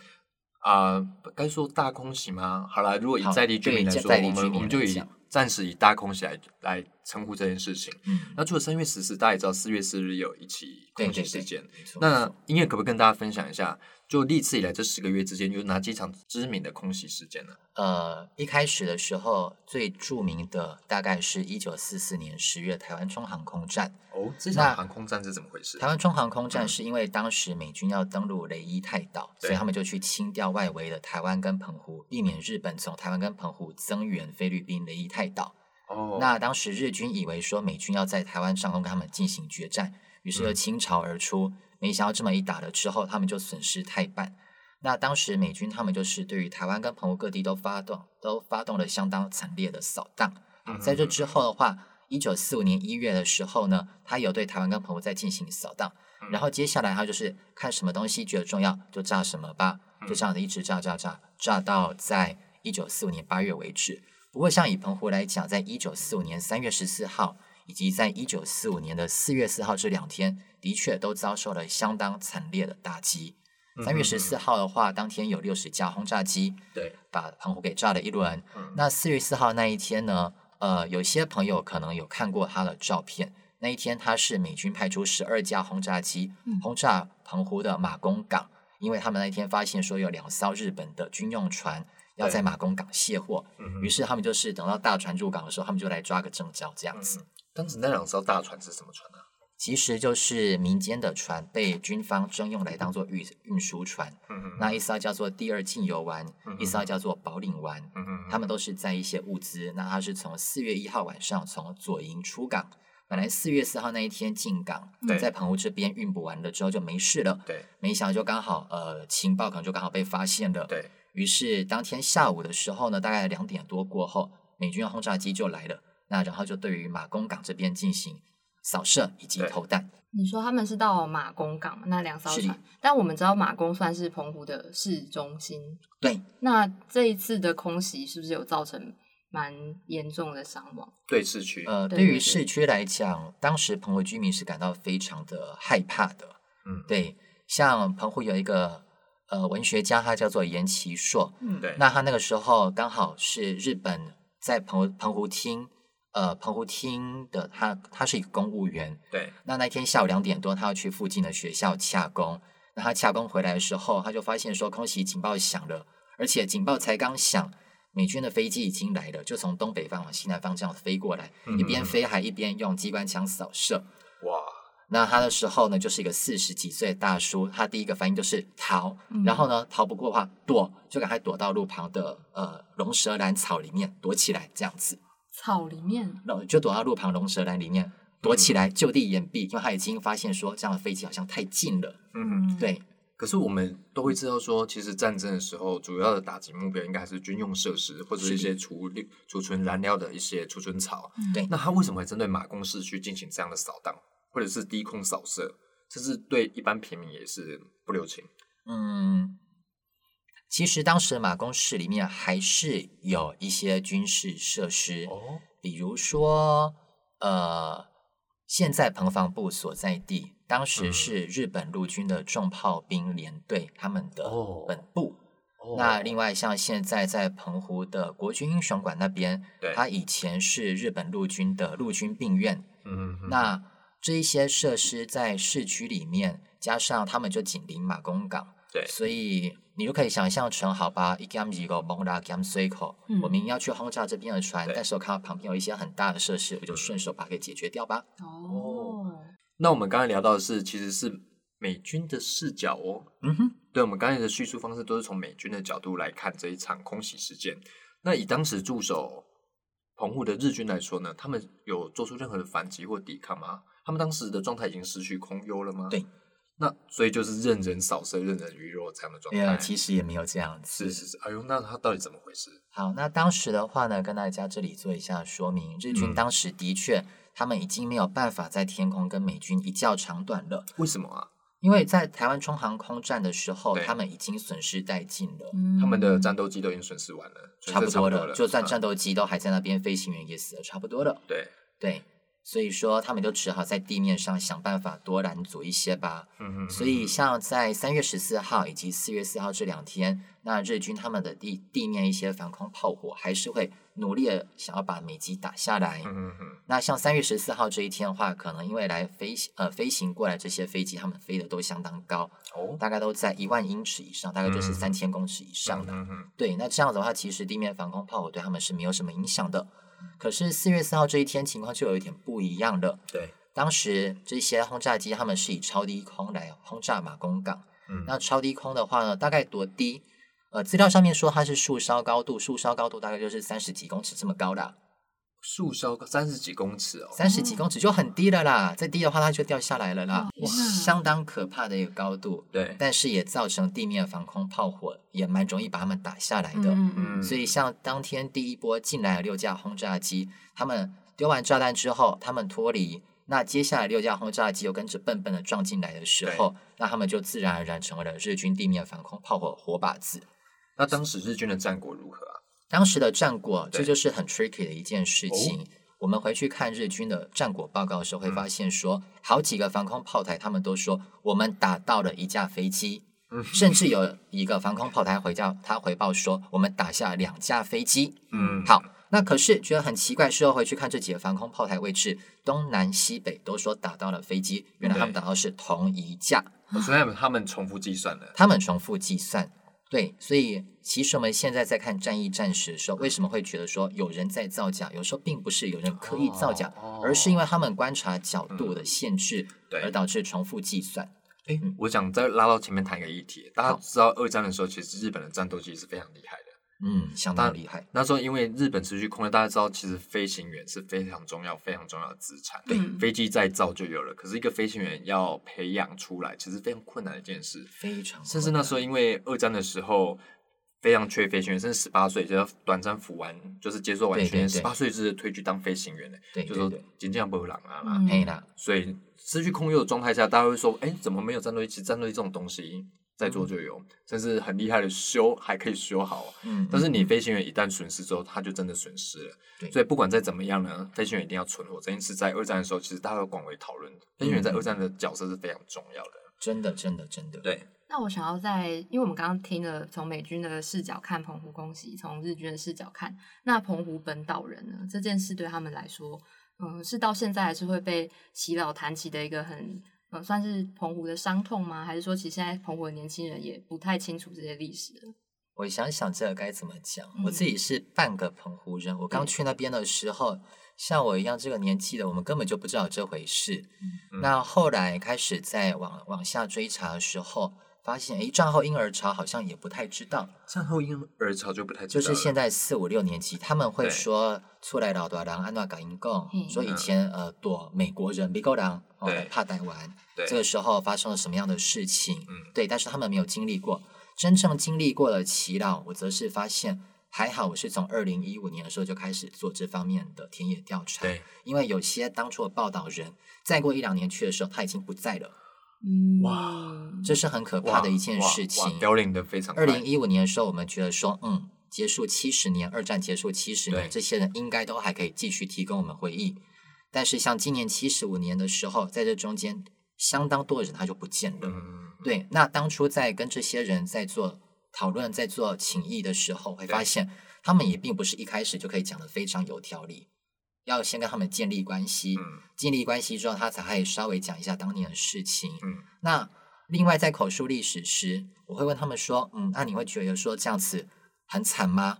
[SPEAKER 2] 啊、该说大空袭吗？好了，如果以
[SPEAKER 1] 好
[SPEAKER 2] 在地居
[SPEAKER 1] 对
[SPEAKER 2] 民来
[SPEAKER 1] 在
[SPEAKER 2] 说，
[SPEAKER 1] 在地
[SPEAKER 2] 我
[SPEAKER 1] 居
[SPEAKER 2] 们
[SPEAKER 1] 民
[SPEAKER 2] 我们就
[SPEAKER 1] 来
[SPEAKER 2] 以
[SPEAKER 1] 讲
[SPEAKER 2] 暂时以大空袭来来称呼这件事情。
[SPEAKER 1] 嗯，
[SPEAKER 2] 那除了三月十四，大家也知道四月四日有一起
[SPEAKER 1] 对
[SPEAKER 2] 空袭
[SPEAKER 1] 对
[SPEAKER 2] 事
[SPEAKER 1] 对
[SPEAKER 2] 件，
[SPEAKER 1] 没错
[SPEAKER 2] 那音乐可不可以跟大家分享一下？就历次以来这十个月之间，有哪几场知名的空袭事件呢？
[SPEAKER 1] 呃，一开始的时候最著名的大概是一九四四年十月台湾冲航空战。
[SPEAKER 2] 哦，这
[SPEAKER 1] 那
[SPEAKER 2] 场航空战是怎么回事
[SPEAKER 1] 台？湾冲航空战
[SPEAKER 2] 嗯
[SPEAKER 1] 是因为当时美军要登陆雷伊泰岛，所以
[SPEAKER 2] 对
[SPEAKER 1] 他们就去清掉外围的台湾跟澎湖，避免日本从台湾跟澎湖增援菲律宾雷伊泰岛。
[SPEAKER 2] 哦，
[SPEAKER 1] 那当时日军以为说美军要在台湾上空跟他们进行决战，于是就
[SPEAKER 2] 嗯
[SPEAKER 1] 倾巢而出。没想到这么一打了之后，他们就损失太半。那当时美军他们就是对于台湾跟澎湖各地都发动都发动了相当惨烈的扫荡。
[SPEAKER 2] 嗯
[SPEAKER 1] 好在这之后的话，一九四五年一月的时候呢，他有对台湾跟澎湖在进行扫荡。然后接下来他就是看什么东西觉得重要就炸什么吧，就这样子一直炸炸炸，炸到在一九四五年八月为止。不过像以澎湖来讲，在一九四五年三月十四号以及在一九四五年的四月四号这两天，的确都遭受了相当惨烈的打击。
[SPEAKER 2] 嗯
[SPEAKER 1] 三月十四号的话，当天有六十架轰炸机
[SPEAKER 2] 对，
[SPEAKER 1] 把澎湖给炸了一轮。
[SPEAKER 2] 嗯
[SPEAKER 1] 那四月四号那一天呢，呃，有些朋友可能有看过他的照片。那一天，他是美军派出十二架轰炸机
[SPEAKER 3] 嗯
[SPEAKER 1] 轰炸澎湖的马公港，因为他们那一天发现说有两艘日本的军用船要
[SPEAKER 2] 对
[SPEAKER 1] 在马公港卸货，
[SPEAKER 2] 嗯
[SPEAKER 1] 于是他们就是等到大船入港的时候，他们就来抓个正交这
[SPEAKER 2] 嗯
[SPEAKER 1] 样子。
[SPEAKER 2] 当时那两艘大船是什么船啊？
[SPEAKER 1] 其实就是民间的船被军方征用来当做运运输船，
[SPEAKER 2] 嗯哼
[SPEAKER 1] 那一艘叫做第二进游湾
[SPEAKER 2] 嗯，
[SPEAKER 1] 一艘叫做宝岭湾。
[SPEAKER 2] 嗯哼
[SPEAKER 1] 他们都是在一些物资。那它是从四月一号晚上从左营出港，本来四月四号那一天进港
[SPEAKER 2] 对，
[SPEAKER 1] 在澎湖这边运补完了之后就没事了。
[SPEAKER 2] 对
[SPEAKER 1] 没想到就刚好呃情报可能就刚好被发现了。
[SPEAKER 2] 对，
[SPEAKER 1] 于是当天下午的时候呢，大概两点多过后，美军轰炸机就来了。那然后就对于马公港这边进行扫射以及
[SPEAKER 2] 对
[SPEAKER 1] 投弹。
[SPEAKER 3] 你说他们是到马公港嘛那两艘
[SPEAKER 1] 是
[SPEAKER 3] 船，但我们知道马公算是澎湖的市中心。
[SPEAKER 1] 对，
[SPEAKER 3] 那这一次的空袭是不是有造成蛮严重的伤亡？
[SPEAKER 2] 对市区，
[SPEAKER 1] 呃，
[SPEAKER 3] 对
[SPEAKER 1] 对
[SPEAKER 3] 对
[SPEAKER 1] 于
[SPEAKER 3] 对
[SPEAKER 1] 市区来讲，当时澎湖居民是感到非常的害怕的。
[SPEAKER 2] 嗯，
[SPEAKER 1] 对，像澎湖有一个呃文学家，他叫做严其硕，
[SPEAKER 3] 嗯
[SPEAKER 2] 对，
[SPEAKER 1] 那他那个时候刚好是日本在澎湖澎湖厅，呃澎湖厅的他他是一个公务员，
[SPEAKER 2] 对
[SPEAKER 1] 那那天下午两点多，他要去附近的学校洽公，那他洽公回来的时候，他就发现说空袭警报响了，而且警报才刚响。美军的飞机已经来了，就从东北方往西南方向飞过来，一边
[SPEAKER 2] 嗯
[SPEAKER 1] 飞还一边用机关枪扫射。
[SPEAKER 2] 哇，
[SPEAKER 1] 那他的时候呢，就是一个四十几岁的大叔，他第一个反应就是逃，
[SPEAKER 2] 嗯
[SPEAKER 1] 然后呢逃不过的话躲，就赶快躲到路旁的呃龙舌兰草里面躲起来，这样子，
[SPEAKER 3] 草里面，
[SPEAKER 1] 那就躲到路旁龙舌兰里面躲起
[SPEAKER 2] 嗯
[SPEAKER 1] 来，就地掩蔽，因为他已经发现说这样的飞机好像太近了，
[SPEAKER 2] 嗯哼。，
[SPEAKER 1] 对，
[SPEAKER 2] 可是我们都会知道说，其实战争的时候，主要的打击目标应该还是军用设施或者是一些储力储存燃料的一些储存槽。
[SPEAKER 3] 嗯
[SPEAKER 1] 对
[SPEAKER 2] 那他为什么会针对马公市区进行这样的扫荡，或者是低空扫射，甚至对一般平民也是不留情？
[SPEAKER 1] 嗯，其实当时马公市里面还是有一些军事设施，
[SPEAKER 2] 哦，
[SPEAKER 1] 比如说，呃，现在彭防部所在地，当时
[SPEAKER 2] 嗯
[SPEAKER 1] 是日本陆军的重炮兵联队他们的
[SPEAKER 2] 哦
[SPEAKER 1] 本部。那另外像现在在澎湖的国军英雄馆那边
[SPEAKER 2] 对，
[SPEAKER 1] 它以前是日本陆军的陆军病院。
[SPEAKER 2] 嗯哼，
[SPEAKER 1] 那这一些设施在市区里面，加上他们就紧邻马公港，
[SPEAKER 2] 对
[SPEAKER 1] 所以你就可以想象成，好吧，一 gam 一个蒙拉 gam 随口
[SPEAKER 3] 嗯，
[SPEAKER 1] 我们要去轰炸这边的船
[SPEAKER 2] 对，
[SPEAKER 1] 但是我看到旁边有一些很大的设施，我就顺手把它给解决掉吧。
[SPEAKER 3] 哦，
[SPEAKER 2] 那我们刚才聊到的是，其实是美军的视角哦。
[SPEAKER 1] 嗯哼，
[SPEAKER 2] 对，我们刚才的叙述方式都是从美军的角度来看这一场空袭事件。那以当时驻守澎湖的日军来说呢，他们有做出任何的反击或抵抗吗？他们当时的状态已经失去空优了吗？
[SPEAKER 1] 对。
[SPEAKER 2] 那所以就是任人扫射、任人鱼肉这样的状
[SPEAKER 1] 没有，
[SPEAKER 2] 态。
[SPEAKER 1] 啊其实也没有这样子。
[SPEAKER 2] 哎是是是，哎呦，那他到底怎么回事？
[SPEAKER 1] 好，那当时的话呢，跟大家这里做一下说明，日
[SPEAKER 2] 嗯
[SPEAKER 1] 军当时的确，他们已经没有办法在天空跟美军一较长短了。
[SPEAKER 2] 为什么啊？
[SPEAKER 1] 因为在台湾冲航空战的时候，
[SPEAKER 2] 对
[SPEAKER 1] 他们已经损失殆尽了，
[SPEAKER 2] 他们的
[SPEAKER 3] 战
[SPEAKER 2] 战斗机都已经损失完了，损
[SPEAKER 1] 差
[SPEAKER 2] 失
[SPEAKER 1] 不多
[SPEAKER 2] 了，嗯
[SPEAKER 1] 了。就算战
[SPEAKER 2] 斗、
[SPEAKER 1] 斗机都还在那边，飞行员也死了差不多了。
[SPEAKER 2] 对，
[SPEAKER 1] 对，所以说他们就只好在地面上想办法多拦阻一些吧。
[SPEAKER 2] 嗯哼
[SPEAKER 1] 所以像在三月十四号以及四月四号这两天，那日军他们的地地面一些防空炮火还是会努力的想要把美机打下来。
[SPEAKER 2] 嗯哼哼，
[SPEAKER 1] 那像三月十四号这一天的话，可能因为来飞呃飞行过来这些飞机，他们飞的都相当高，
[SPEAKER 2] 哦，
[SPEAKER 1] 大概都在一万英尺以上，大概就是
[SPEAKER 2] 嗯
[SPEAKER 1] 三千公尺以上的。
[SPEAKER 2] 嗯哼
[SPEAKER 1] 对，那这样子的话，其实地面防空炮火对他们是没有什么影响的。可是四月四号这一天情况就有一点不一样了。
[SPEAKER 2] 对，
[SPEAKER 1] 当时这些轰炸机他们是以超低空来轰炸马公港。
[SPEAKER 2] 嗯
[SPEAKER 1] 那超低空的话呢，大概多低？呃，资料上面说它是树梢高度，树梢高度大概就是三十几公尺这么高啦，
[SPEAKER 2] 树梢三十几公尺哦，
[SPEAKER 1] 三十几公尺就很低了啦，再低的话它就掉下来了啦，
[SPEAKER 3] 哇
[SPEAKER 1] 相当可怕的一个高度。
[SPEAKER 2] 对，
[SPEAKER 1] 但是也造成地面防空炮火也蛮容易把他们打下来的。
[SPEAKER 3] 嗯嗯
[SPEAKER 2] 嗯，
[SPEAKER 1] 所以像当天第一波进来的六架轰炸机，他们丢完炸弹之后，他们脱离，那接下来六架轰炸机又跟着笨笨的撞进来的时候，那他们就自然而然成为了日军地面防空炮火活靶子。
[SPEAKER 2] 那当时日军的战果如何啊？
[SPEAKER 1] 当时的战果，
[SPEAKER 2] 对哦
[SPEAKER 1] 这就是很 tricky 的一件事情。我们回去看日军的战果报告的时候，会
[SPEAKER 2] 嗯
[SPEAKER 1] 发现说，好几个防空炮台，他们都说我们打到了一架飞机，
[SPEAKER 2] 嗯
[SPEAKER 1] 甚至有一个防空炮台回叫他回报说，我们打下两架飞机。
[SPEAKER 2] 嗯
[SPEAKER 1] 好，那可是觉得很奇怪，事后回去看这几个防空炮台位置，东南西北都说打到了飞机，原来他们打到是同一架，
[SPEAKER 2] 我所以他们重复计算了。
[SPEAKER 1] 他们重复计算。对，所以其实我们现在在看战役战史的时候，为什么会觉得说有人在造假？有时候并不是有人刻意造假，
[SPEAKER 2] 哦嗯
[SPEAKER 1] 而是因为他们观察角度的限制，
[SPEAKER 2] 对
[SPEAKER 1] 而导致重复计算。
[SPEAKER 2] 哎、
[SPEAKER 1] 嗯
[SPEAKER 2] 我想再拉到前面谈一个议题，大家知道二战的时候，其实日本的战斗机是非常厉害的。
[SPEAKER 1] 嗯，相当厉害。
[SPEAKER 2] 那时候因为日本持续空战，大家知道其实飞行员是非常重要、非常重要的资产。
[SPEAKER 3] 对嗯
[SPEAKER 2] 飞机再造就有了，可是一个飞行员要培养出来，其实非常困难的一件事。
[SPEAKER 1] 非常困难，
[SPEAKER 2] 甚至那时候因为二战的时候非常缺飞行员，甚至十八岁就要短暂服完，就是接受完
[SPEAKER 1] 对
[SPEAKER 2] 训
[SPEAKER 1] 对
[SPEAKER 2] 练，十
[SPEAKER 1] 对
[SPEAKER 2] 八岁就是推去当飞行员了，
[SPEAKER 1] 对
[SPEAKER 2] 就
[SPEAKER 1] 对
[SPEAKER 2] 说
[SPEAKER 1] 对，
[SPEAKER 2] 金将波浪啊啦。
[SPEAKER 3] 嗯
[SPEAKER 1] 嘿啦，
[SPEAKER 2] 所以失去空优的状态下，大家会说，哎、怎么没有战斗力？其实战斗力这种东西在做就有，甚至很厉害的修还可以修好。啊
[SPEAKER 1] 嗯，
[SPEAKER 2] 但是你飞行员一旦损失之后，他就真的损失了。
[SPEAKER 1] 对
[SPEAKER 2] 所以不管再怎么样呢，飞行员一定要存活。这件事在二战的时候，其实大家有广为讨论。飞行员在二战的角色是非常重要的。
[SPEAKER 1] 真的真的真的，
[SPEAKER 2] 对，
[SPEAKER 3] 那我想要在，因为我们刚刚听了从美军的视角看澎湖攻击，从日军的视角看，那澎湖本岛人呢这件事对他们来说，嗯，是到现在还是会被洗脑谈起的一个很，呃，算是澎湖的伤痛吗？还是说其实现在澎湖的年轻人也不太清楚这些历史了？
[SPEAKER 1] 我想想这个该怎么讲。
[SPEAKER 3] 嗯
[SPEAKER 1] 我自己是半个澎湖人，我刚
[SPEAKER 2] 嗯
[SPEAKER 1] 去那边的时候，像我一样这个年纪的，我们根本就不知道这回事。
[SPEAKER 2] 嗯
[SPEAKER 1] 那后来开始在往往下追查的时候，发现诶，战后婴儿潮好像也不太知道，
[SPEAKER 2] 战后婴儿潮就不太
[SPEAKER 1] 就是现
[SPEAKER 2] 在
[SPEAKER 1] 在四五六年级他们会
[SPEAKER 2] 对
[SPEAKER 1] 说出来老多人安娜港英共
[SPEAKER 3] 嗯，
[SPEAKER 1] 说以
[SPEAKER 2] 嗯
[SPEAKER 1] 前呃躲美国人美国人哦
[SPEAKER 2] 对
[SPEAKER 1] 怕台湾，
[SPEAKER 2] 对
[SPEAKER 1] 这个时候发生了什么样的事情？
[SPEAKER 2] 嗯
[SPEAKER 1] 对，但是他们没有经历过。真正经历过了祈祷，我则是发现还好，我是从二零一五年的时候就开始做这方面的田野调查。，
[SPEAKER 2] 对
[SPEAKER 1] 因为有些当初的报道人，再过一两年去的时候，他已经不在了，
[SPEAKER 3] 嗯，
[SPEAKER 2] 哇，
[SPEAKER 1] 这是很可怕的一件事情。
[SPEAKER 2] 凋零的非常快。
[SPEAKER 1] 二零一五年的时候，我们觉得说，嗯，结束七十年，二战结束七十
[SPEAKER 2] 对
[SPEAKER 1] 年，这些人应该都还可以继续提供我们回忆。但是像今年七十五年的时候，在这中间，相当多的人他就不见了。
[SPEAKER 2] 嗯，
[SPEAKER 1] 对，那当初在跟这些人在做讨论、在做请益的时候，会
[SPEAKER 2] 对
[SPEAKER 1] 发现他们也并不是一开始就可以讲的非常有条理，要先跟他们建立关系，
[SPEAKER 2] 嗯
[SPEAKER 1] 建立关系之后，他才可以稍微讲一下当年的事情。
[SPEAKER 2] 嗯
[SPEAKER 1] 那另外在口述历史时，我会问他们说：“嗯，那你会觉得说这样子很惨吗？”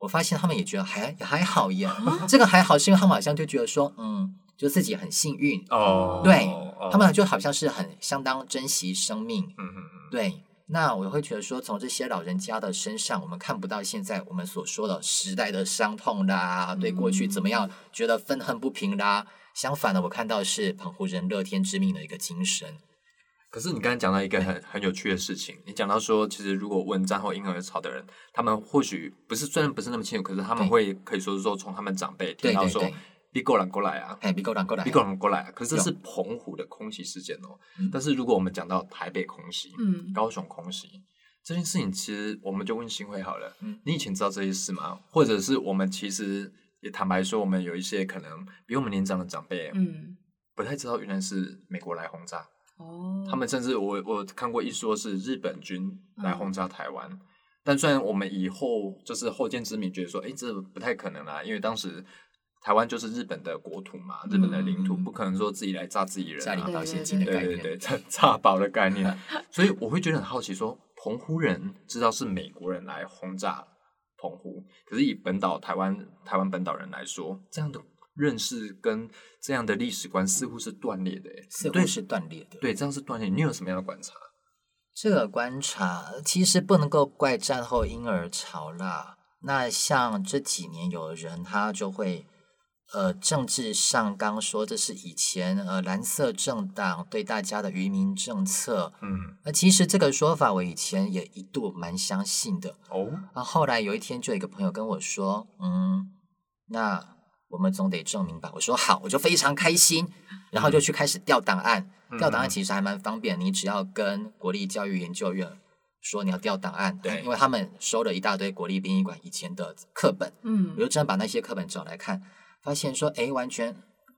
[SPEAKER 1] 我发现他们也觉得还还好耶，这个还好是因为他们好像就觉得说，嗯，就自己很幸运，
[SPEAKER 2] 哦，
[SPEAKER 1] 对
[SPEAKER 2] 哦
[SPEAKER 1] 他们就好像是很相当珍惜生命，
[SPEAKER 2] 嗯嗯嗯
[SPEAKER 1] 对，那我会觉得说，从这些老人家的身上，我们看不到现在我们所说的时代的伤痛啦，对过去怎么
[SPEAKER 2] 嗯
[SPEAKER 1] 样觉得愤恨不平啦。相反的，我看到是澎湖人乐天知命的一个精神。
[SPEAKER 2] 可是你刚才讲到一个很很有趣的事情，你讲到说，其实如果问战后婴儿潮的人，他们或许不是虽然不是那么清楚，可是他们
[SPEAKER 1] 对
[SPEAKER 2] 会可以说是说从他们长辈听
[SPEAKER 1] 对
[SPEAKER 2] 到
[SPEAKER 1] 对
[SPEAKER 2] 说
[SPEAKER 1] 对，
[SPEAKER 2] “你过来过来啊
[SPEAKER 1] 哎，别给我挡过来，
[SPEAKER 2] 你过来过来啊”，可是这
[SPEAKER 1] 有
[SPEAKER 2] 是澎湖的空袭事件哦。
[SPEAKER 1] 嗯
[SPEAKER 2] 但是如果我们讲到台北空袭、
[SPEAKER 3] 嗯
[SPEAKER 2] 高雄空袭这件事情，其实我们就问新会好了，
[SPEAKER 1] 嗯
[SPEAKER 2] 你以前知道这些事吗？或者是我们其实也坦白说，我们有一些可能比我们年长的长辈，
[SPEAKER 3] 嗯，
[SPEAKER 2] 不太知道原来是美国来轰炸。
[SPEAKER 1] 嗯
[SPEAKER 3] 哦，
[SPEAKER 2] 他们甚至我我看过一说是日本军来
[SPEAKER 1] 嗯
[SPEAKER 2] 轰炸台湾，但虽然我们以后就是后见之明，觉得说，哎、这不太可能啦，因为当时台湾就是日本的国土嘛，日本的领土，
[SPEAKER 1] 嗯
[SPEAKER 2] 不可能说自己来炸自己人、
[SPEAKER 1] 家里
[SPEAKER 2] 啊。
[SPEAKER 1] 到现金的
[SPEAKER 2] 对
[SPEAKER 1] 概
[SPEAKER 2] 对
[SPEAKER 1] 念，
[SPEAKER 2] 对，炸炸堡的概念，所以我会觉得很好奇说澎湖人知道是美国人来轰炸澎湖，可是以本岛台湾台湾本岛人来说，这样的认识跟这样的历史观似乎是断裂的、欸，
[SPEAKER 1] 似
[SPEAKER 2] 对
[SPEAKER 1] 乎是断裂的。
[SPEAKER 2] 对，这样是锻炼。你有什么样的观察？
[SPEAKER 1] 这个观察其实不能够怪战后婴儿潮啦。那像这几年有的人他就会，呃，政治上刚说这是以前呃蓝色政党对大家的愚民政策，
[SPEAKER 2] 嗯，
[SPEAKER 1] 那其实这个说法我以前也一度蛮相信的。
[SPEAKER 2] 哦，
[SPEAKER 1] 啊，后来有一天就有一个朋友跟我说，嗯，那我们总得证明吧。我说好，我就非常开心，然后就去开始调档案。
[SPEAKER 2] 嗯
[SPEAKER 1] 调档案其实还蛮方便，你只要跟国立教育研究院说你要调档案，
[SPEAKER 2] 对
[SPEAKER 1] 因为他们收了一大堆国立殡仪馆以前的课本，
[SPEAKER 3] 嗯
[SPEAKER 1] 我就真的把那些课本找来看，发现说，哎，完全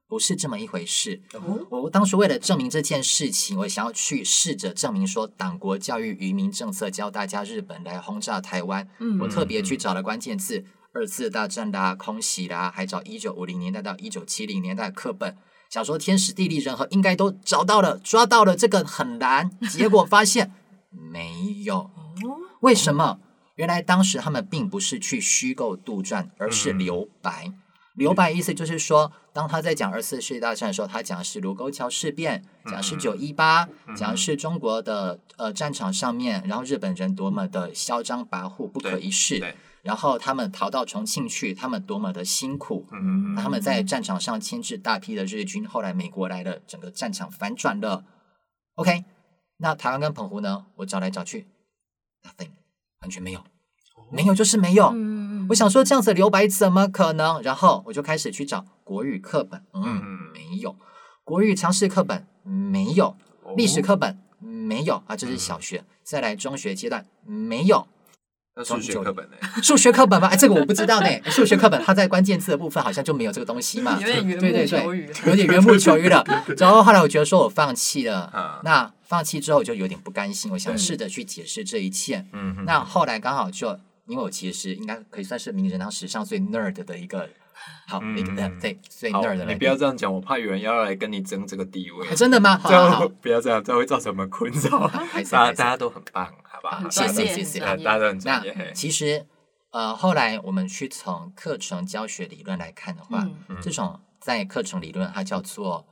[SPEAKER 1] 不是这么一回事。
[SPEAKER 3] 哦
[SPEAKER 1] 我当初为了证明这件事情，我想要去试着证明说，党国教育愚民政策教大家日本来轰炸台湾，
[SPEAKER 3] 嗯
[SPEAKER 1] 我特别去找了关键字。二次大战啦、空袭啦，还找一九五零年代到一九七零年代的课本，想说天时地利人和应该都找到了、抓到了，这个很难。结果发 现没有，为什么？原来当时他们并不是去虚构杜撰，而是
[SPEAKER 2] 嗯
[SPEAKER 1] 留白。留白意思就是说，当他在讲二次世界大战的时候，他讲的是卢沟桥事变，讲的是
[SPEAKER 2] 嗯
[SPEAKER 1] 九一八，讲
[SPEAKER 2] 嗯
[SPEAKER 1] 的是中国的呃战场上面，然后日本人多么的嚣张跋扈、不可
[SPEAKER 2] 对
[SPEAKER 1] 一世，
[SPEAKER 2] 对，
[SPEAKER 1] 然后他们逃到重庆去，他们多么的辛苦，
[SPEAKER 2] 嗯
[SPEAKER 1] 他们在战场上牵制大批的日军，后来美国来了，整个战场反转了。OK，那台湾跟澎湖呢？我找来找去，nothing，完全没有，
[SPEAKER 2] 哦
[SPEAKER 1] 没有就是没有。
[SPEAKER 3] 嗯
[SPEAKER 1] 我想说这样子留白怎么可能？然后我就开始去找国语课本，嗯，
[SPEAKER 2] 嗯
[SPEAKER 1] 没有；国语常识课本没有；历史
[SPEAKER 2] 哦嗯
[SPEAKER 1] 课本没有啊，这是小学。再来中学阶段没有，
[SPEAKER 2] 那数学课 本呢？
[SPEAKER 1] 数学课本吗？哎，这个我不知道呢。数学课本它在关键字的部分好像就没有这个东西嘛，
[SPEAKER 3] 有点缘
[SPEAKER 1] 对
[SPEAKER 3] 木
[SPEAKER 1] 对
[SPEAKER 3] 求
[SPEAKER 1] 对，
[SPEAKER 3] 鱼。
[SPEAKER 1] 有点缘木求 鱼了。然后后来我觉得说我放弃
[SPEAKER 2] 啊
[SPEAKER 1] 了，那放弃之后我就有点不甘心，我想
[SPEAKER 3] 对
[SPEAKER 1] 试着去解释这一切。
[SPEAKER 2] 嗯
[SPEAKER 1] 那后来刚好就因为我其实应该可以算是名人堂史上最 nerd 的一个，好
[SPEAKER 2] 嗯
[SPEAKER 1] 一个对最
[SPEAKER 2] 好，
[SPEAKER 1] nerd 的
[SPEAKER 2] 你
[SPEAKER 1] 人
[SPEAKER 2] 不。要这样讲，我怕有人要来跟你争这个地位
[SPEAKER 1] 哎。真的 吗？好
[SPEAKER 2] 这
[SPEAKER 1] 好
[SPEAKER 2] 样
[SPEAKER 1] 好，
[SPEAKER 2] 不要这样，这样会造成我们困扰。
[SPEAKER 1] 还是
[SPEAKER 2] 大
[SPEAKER 1] 还
[SPEAKER 2] 家大
[SPEAKER 1] 是。
[SPEAKER 2] 家都很棒，好不好？
[SPEAKER 3] 很
[SPEAKER 1] 谢
[SPEAKER 3] 专
[SPEAKER 1] 谢
[SPEAKER 3] 业，
[SPEAKER 1] 谢谢
[SPEAKER 2] 大
[SPEAKER 3] 很
[SPEAKER 2] 家
[SPEAKER 3] 专业
[SPEAKER 2] 都很专
[SPEAKER 1] 那
[SPEAKER 2] 业。嘿嗯
[SPEAKER 1] 其实呃，后来我们去从课程教学理论来看的话，
[SPEAKER 3] 嗯
[SPEAKER 1] 这种在课程理论它叫做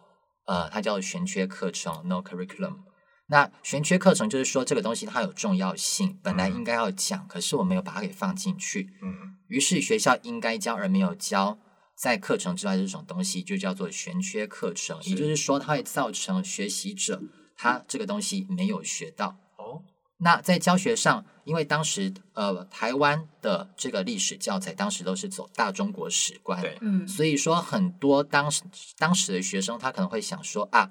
[SPEAKER 1] 呃，它叫悬缺课程 （no curriculum）。那悬缺课程就是说这个东西它有重要性，本来
[SPEAKER 2] 嗯
[SPEAKER 1] 应该要讲，可是我没有把它给放进去。
[SPEAKER 2] 嗯
[SPEAKER 1] 于是学校应该教而没有教，在课程之外的这种东西就叫做悬缺课程，也
[SPEAKER 2] 是
[SPEAKER 1] 就是说，它会造成学习者他这个东西没有学到。
[SPEAKER 2] 哦，
[SPEAKER 1] 那在教学上，因为当时呃台湾的这个历史教材当时都是走大中国史观，
[SPEAKER 2] 对，
[SPEAKER 3] 嗯，
[SPEAKER 1] 所以说很多当时当时的学生他可能会想说啊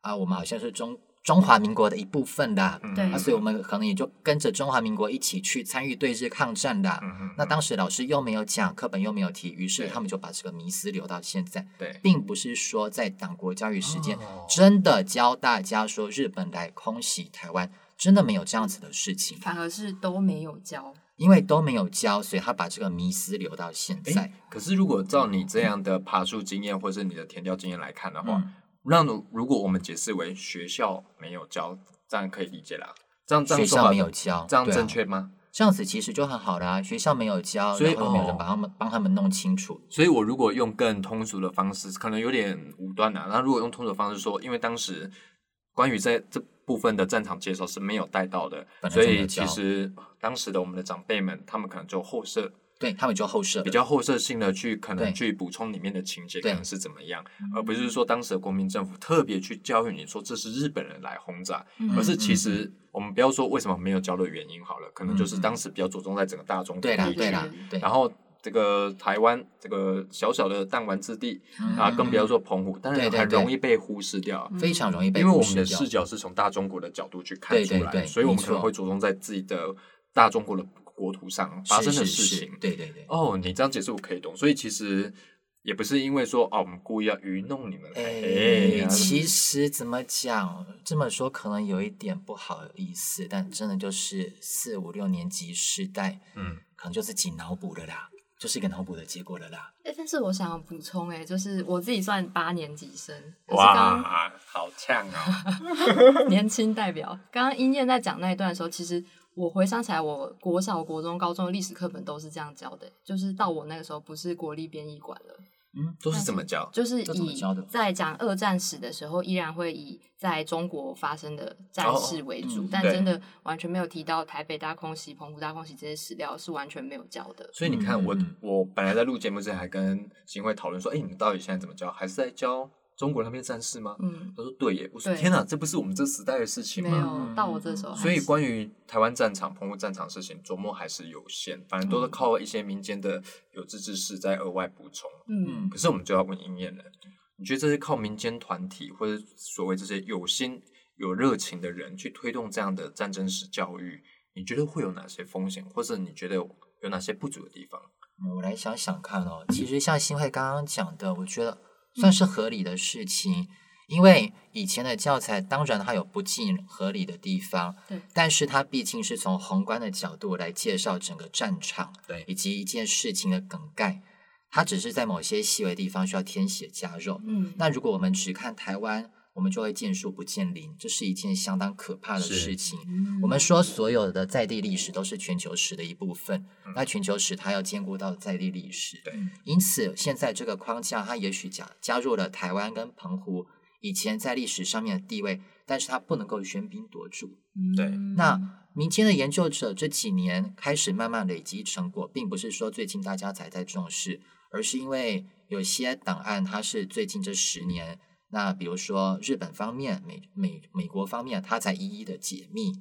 [SPEAKER 1] 啊，我们好像是中中华民国的一部分的啊，
[SPEAKER 2] 嗯
[SPEAKER 3] 对
[SPEAKER 1] 啊所以我们可能也就跟着中华民国一起去参与对日抗战的啊、
[SPEAKER 2] 嗯嗯
[SPEAKER 1] 那当时老师又没有讲，课本又没有提，于是
[SPEAKER 2] 对
[SPEAKER 1] 他们就把这个迷思留到现在，
[SPEAKER 2] 对，
[SPEAKER 1] 并不是说在党国教育时间
[SPEAKER 2] 哦
[SPEAKER 1] 真的教大家说日本来空袭台湾，真的没有这样子的事情，
[SPEAKER 3] 反而是都没有教，
[SPEAKER 1] 因为都没有教，所以他把这个迷思留到现在
[SPEAKER 2] 哎。，可是如果照你这样的爬树经验或是你的填调经验来看的话，
[SPEAKER 1] 嗯，
[SPEAKER 2] 那如如果我们解释为学校没有教，这样可以理解啦。这样这
[SPEAKER 1] 学
[SPEAKER 2] 样说
[SPEAKER 1] 校
[SPEAKER 2] 法
[SPEAKER 1] 没有教，
[SPEAKER 2] 这样
[SPEAKER 1] 对啊
[SPEAKER 2] 正确吗？
[SPEAKER 1] 这样子其实就很好啦、学校没有教，
[SPEAKER 2] 所以
[SPEAKER 1] 然后又没有人
[SPEAKER 2] 哦
[SPEAKER 1] 帮他们、帮他们弄清楚。
[SPEAKER 2] 所以我如果用更通俗的方式，可能有点武断啊。那如果用通俗的方式说，因为当时关于在这部分的战场介绍是没有带到的
[SPEAKER 1] 本，来就
[SPEAKER 2] 所
[SPEAKER 1] 没有
[SPEAKER 2] 以
[SPEAKER 1] 教
[SPEAKER 2] 其实当时的我们的长辈们，他们可能就后设
[SPEAKER 1] 对他们就后设了
[SPEAKER 2] 比较后设性的去可
[SPEAKER 1] 对
[SPEAKER 2] 能去补充里面的情节可
[SPEAKER 1] 对
[SPEAKER 2] 能是怎么样，而不
[SPEAKER 3] 嗯
[SPEAKER 2] 是说当时的国民政府特别去教育你说这是日本人来轰炸，
[SPEAKER 3] 嗯
[SPEAKER 2] 而是其实我们不要说为什么没有教的原因好了，可能就
[SPEAKER 1] 嗯
[SPEAKER 2] 是
[SPEAKER 1] 嗯
[SPEAKER 2] 当时比较着重在整个大中
[SPEAKER 1] 对啦
[SPEAKER 2] 地，区
[SPEAKER 1] 对啦，对。
[SPEAKER 2] 然后这个台湾这个小小的弹丸之地
[SPEAKER 1] 嗯
[SPEAKER 2] 啊，更不要说澎湖，当
[SPEAKER 1] 对
[SPEAKER 2] 然
[SPEAKER 1] 对
[SPEAKER 2] 很
[SPEAKER 1] 对
[SPEAKER 2] 容易被忽视掉。
[SPEAKER 1] 非常容易被
[SPEAKER 2] 因为我
[SPEAKER 1] 忽
[SPEAKER 2] 们的
[SPEAKER 1] 视掉
[SPEAKER 2] 视。角是从大中国的角度去看出
[SPEAKER 1] 对对
[SPEAKER 2] 来，
[SPEAKER 1] 对
[SPEAKER 2] 所以我们
[SPEAKER 1] 没错
[SPEAKER 2] 可能会着重在自己的大中国的国土上发生的
[SPEAKER 1] 是
[SPEAKER 2] 事
[SPEAKER 1] 是是
[SPEAKER 2] 情。
[SPEAKER 1] 对对对。
[SPEAKER 2] 哦，你这样解释我可以懂，所以其实也不是因为说哦，我们故意要愚弄你们，
[SPEAKER 3] 哎
[SPEAKER 1] 诶、
[SPEAKER 2] 哎，
[SPEAKER 1] 其实怎么讲，这么说可能有一点不好的意思，但真的就是四五六年级时代，
[SPEAKER 2] 嗯，
[SPEAKER 1] 可能就自己脑补了啦，就是一个脑补的结果了啦。
[SPEAKER 3] 哎，但是我想补充、哎，就是我自己算八年级生，可嗯是刚
[SPEAKER 2] 哇，好呛 啊！
[SPEAKER 3] 刚年轻代表，刚刚英燕在讲那一段的时候，其实我回想起来，我国小、国中、高中的历史课本都是这样教的、就是到我那个时候不是国立编译馆了，
[SPEAKER 1] 嗯，
[SPEAKER 2] 都是怎么教？
[SPEAKER 3] 就是
[SPEAKER 1] 这怎么
[SPEAKER 3] 以
[SPEAKER 1] 教的
[SPEAKER 3] 在讲二战史的时候，依然会以在中国发生的战事为主，
[SPEAKER 1] 哦嗯
[SPEAKER 3] 但
[SPEAKER 2] 对
[SPEAKER 3] 真的完全没有提到台北大空袭、澎湖大空袭这些史料是完全没有教的。
[SPEAKER 2] 所以你看，
[SPEAKER 1] 嗯
[SPEAKER 2] 我
[SPEAKER 1] 嗯
[SPEAKER 2] 我本来在录节目之前还跟新会讨论说，哎，你们到底现在怎么教？还是在教中国那边战事吗？
[SPEAKER 3] 嗯，
[SPEAKER 2] 他说对耶，我说
[SPEAKER 3] 对
[SPEAKER 2] 天哪，这不是我们这时代的事情
[SPEAKER 3] 没
[SPEAKER 2] 吗？
[SPEAKER 3] 有到我这时候还是，
[SPEAKER 2] 所以关于台湾战场、澎湖战场的事情，琢磨还是有限，反正都
[SPEAKER 3] 嗯
[SPEAKER 2] 是靠一些民间的有志之士在额外补充。
[SPEAKER 3] 嗯
[SPEAKER 2] 可是我们就要问鹰燕了，你觉得这是靠民间团体或者所谓这些有心有热情的人去推动这样的战争史教育，你觉得会有哪些风险，或者你觉得有哪些不足的地方？
[SPEAKER 1] 我来想想看哦，其实像新会刚刚讲的，我觉得算是合理的事情，因为以前的教材当然它有不尽合理的地方，
[SPEAKER 3] 对，
[SPEAKER 1] 但是它毕竟是从宏观的角度来介绍整个战场，
[SPEAKER 2] 对
[SPEAKER 1] 以及一件事情的梗概，它只是在某些细微地方需要添血加肉。
[SPEAKER 3] 嗯，
[SPEAKER 1] 那如果我们只看台湾，我们就会见树不见林，这是一件相当可怕的
[SPEAKER 2] 是
[SPEAKER 1] 事情。
[SPEAKER 3] 嗯
[SPEAKER 1] 我们说所有的在地历史都是全球史的一部分，那全球史它要兼顾到在地历史，
[SPEAKER 2] 对
[SPEAKER 1] 因此现在这个框架它也许加加入了台湾跟澎湖以前在历史上面的地位，但是它不能够喧宾夺主。
[SPEAKER 2] 对
[SPEAKER 3] 嗯
[SPEAKER 1] 那民间的研究者这几年开始慢慢累积成果，并不是说最近大家才在重视，而是因为有些档案它是最近这十年，那比如说日本方面、美美美国方面，它才一一的解密。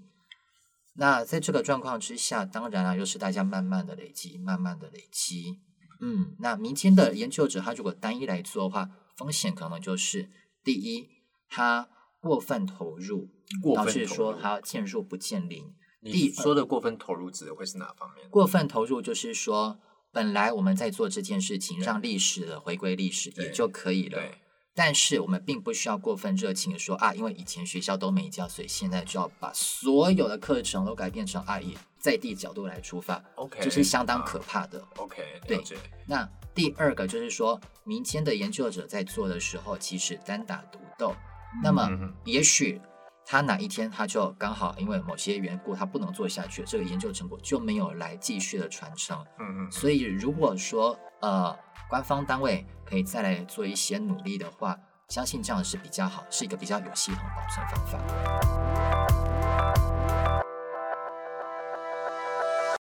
[SPEAKER 1] 那在这个状况之下，当然啊，又是大家慢慢的累积，慢慢的累积。嗯，那民间的研究者他如果单一来做的话，风险可能就是第一，他过分投入，
[SPEAKER 2] 过
[SPEAKER 1] 导
[SPEAKER 2] 分
[SPEAKER 1] 致
[SPEAKER 2] 投
[SPEAKER 1] 说
[SPEAKER 2] 入
[SPEAKER 1] 他见树不见林。
[SPEAKER 2] 你
[SPEAKER 1] 第
[SPEAKER 2] 说的过分投入指的会是哪方面？
[SPEAKER 1] 过分投入就是说，本来我们在做这件事情，让历史的回归历史
[SPEAKER 2] 对
[SPEAKER 1] 也就可以了。
[SPEAKER 2] 对，
[SPEAKER 1] 但是我们并不需要过分热情的说啊，因为以前学校都没教，所以现在就要把所有的课程都改变成啊，以在地角度来出发
[SPEAKER 2] OK，
[SPEAKER 1] 这是相当
[SPEAKER 2] 好
[SPEAKER 1] 可怕的。
[SPEAKER 2] OK，
[SPEAKER 1] 对
[SPEAKER 2] 了解，
[SPEAKER 1] 那第二个就是说，民间的研究者在做的时候，其实单打独斗。那么
[SPEAKER 2] 嗯哼，
[SPEAKER 1] 也许他哪一天他就刚好因为某些缘故，他不能做下去，这个研究成果就没有来继续的传承。
[SPEAKER 2] 嗯嗯，
[SPEAKER 1] 所以，如果说呃，官方单位可以再来做一些努力的话，相信这样是比较好，是一个比较有系统的保存方法。